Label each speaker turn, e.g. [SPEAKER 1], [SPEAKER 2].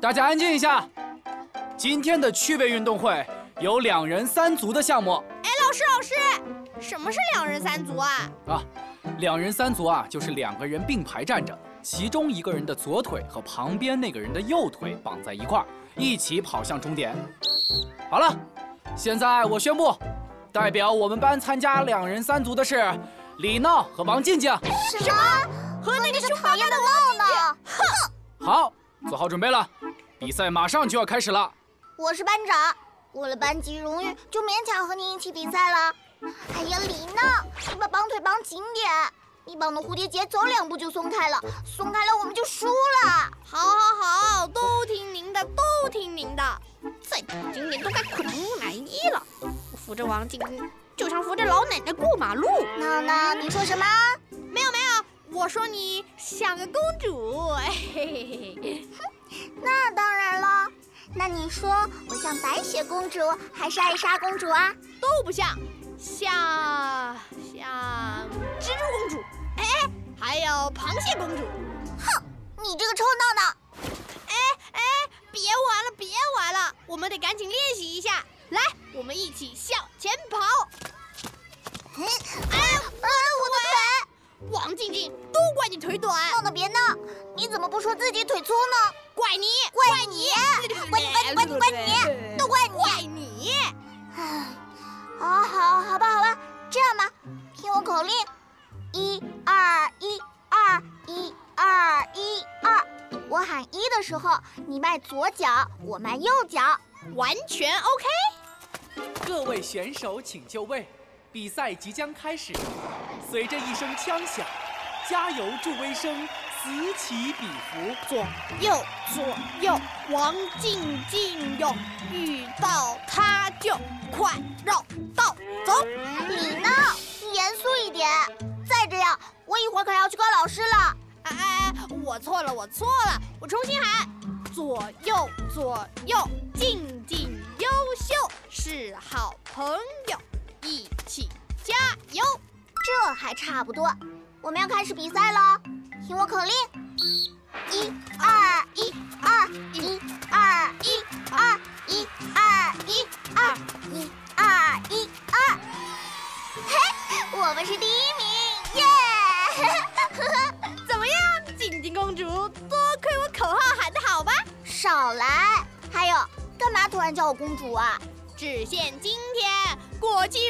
[SPEAKER 1] 大家安静一下。今天的趣味运动会有两人三足的项目
[SPEAKER 2] 哎，老师老师，什么是两人三足啊？
[SPEAKER 1] 啊。两人三足啊，就是两个人并排站着，其中一个人的左腿和旁边那个人的右腿绑在一块儿，一起跑向终点。好了，现在我宣布，代表我们班参加两人三足的是李闹和王静静。
[SPEAKER 2] 什么？和那个是讨厌的闹闹？
[SPEAKER 1] 好，做好准备了，比赛马上就要开始了。
[SPEAKER 3] 我是班长，为了班级荣誉，就勉强和你一起比赛了。哎呀，李娜，你把绑腿绑紧点，你绑的蝴蝶结走两步就松开了，松开了我们就输了。
[SPEAKER 2] 好，好，好，都听您的，都听您的。再今年都该捆木乃伊了，我扶着王静静，就像扶着老奶奶过马路。
[SPEAKER 3] 闹闹，你说什么？
[SPEAKER 2] 没有没有，我说你像个公主， 嘿嘿嘿嘿。
[SPEAKER 3] 那当然了。那你说我像白雪公主还是艾莎公主啊？
[SPEAKER 2] 都不像，像像蜘蛛公主，哎，还有螃蟹公主。
[SPEAKER 3] 你这个臭闹闹！
[SPEAKER 2] 哎哎，别玩了，别玩了，我们得赶紧练习一下。来，我们一起向前跑。
[SPEAKER 3] 嗯，
[SPEAKER 2] 哎，
[SPEAKER 3] 啊，我
[SPEAKER 2] 王静静，都怪你腿短，
[SPEAKER 3] 的腿！闹闹别闹，你怎么不说自己腿粗呢？
[SPEAKER 2] 怪你，
[SPEAKER 3] 怪你，怪你，怪你，怪你，都怪你！
[SPEAKER 2] 怪你。
[SPEAKER 3] 唉，好好好吧，好吧，这样吧，听我口令，一二一二一二一二，我喊一的时候，你迈左脚，我迈右脚。
[SPEAKER 2] 完全 OK。
[SPEAKER 1] 各位选手请就位，比赛即将开始。随着一声枪响，加油助威声此起彼伏。
[SPEAKER 2] 左右左右，王静静哟，遇到他就快绕道走。
[SPEAKER 3] 李闹，你严肃一点，再这样，我一会儿可要去告老师了。
[SPEAKER 2] 哎哎，哎我错了，我错了，我重新喊，左右左右，静静优秀是好朋友，一起加油。
[SPEAKER 3] 这还差不多，我们要开始比赛喽，听我口令，一二一二一二一二一二一二一二一二，嘿，我们是第一名，耶！
[SPEAKER 2] 怎么样，静静公主？多亏我口号喊得好吧？
[SPEAKER 3] 少来，还有，干嘛突然叫我公主啊？
[SPEAKER 2] 只限今天，过期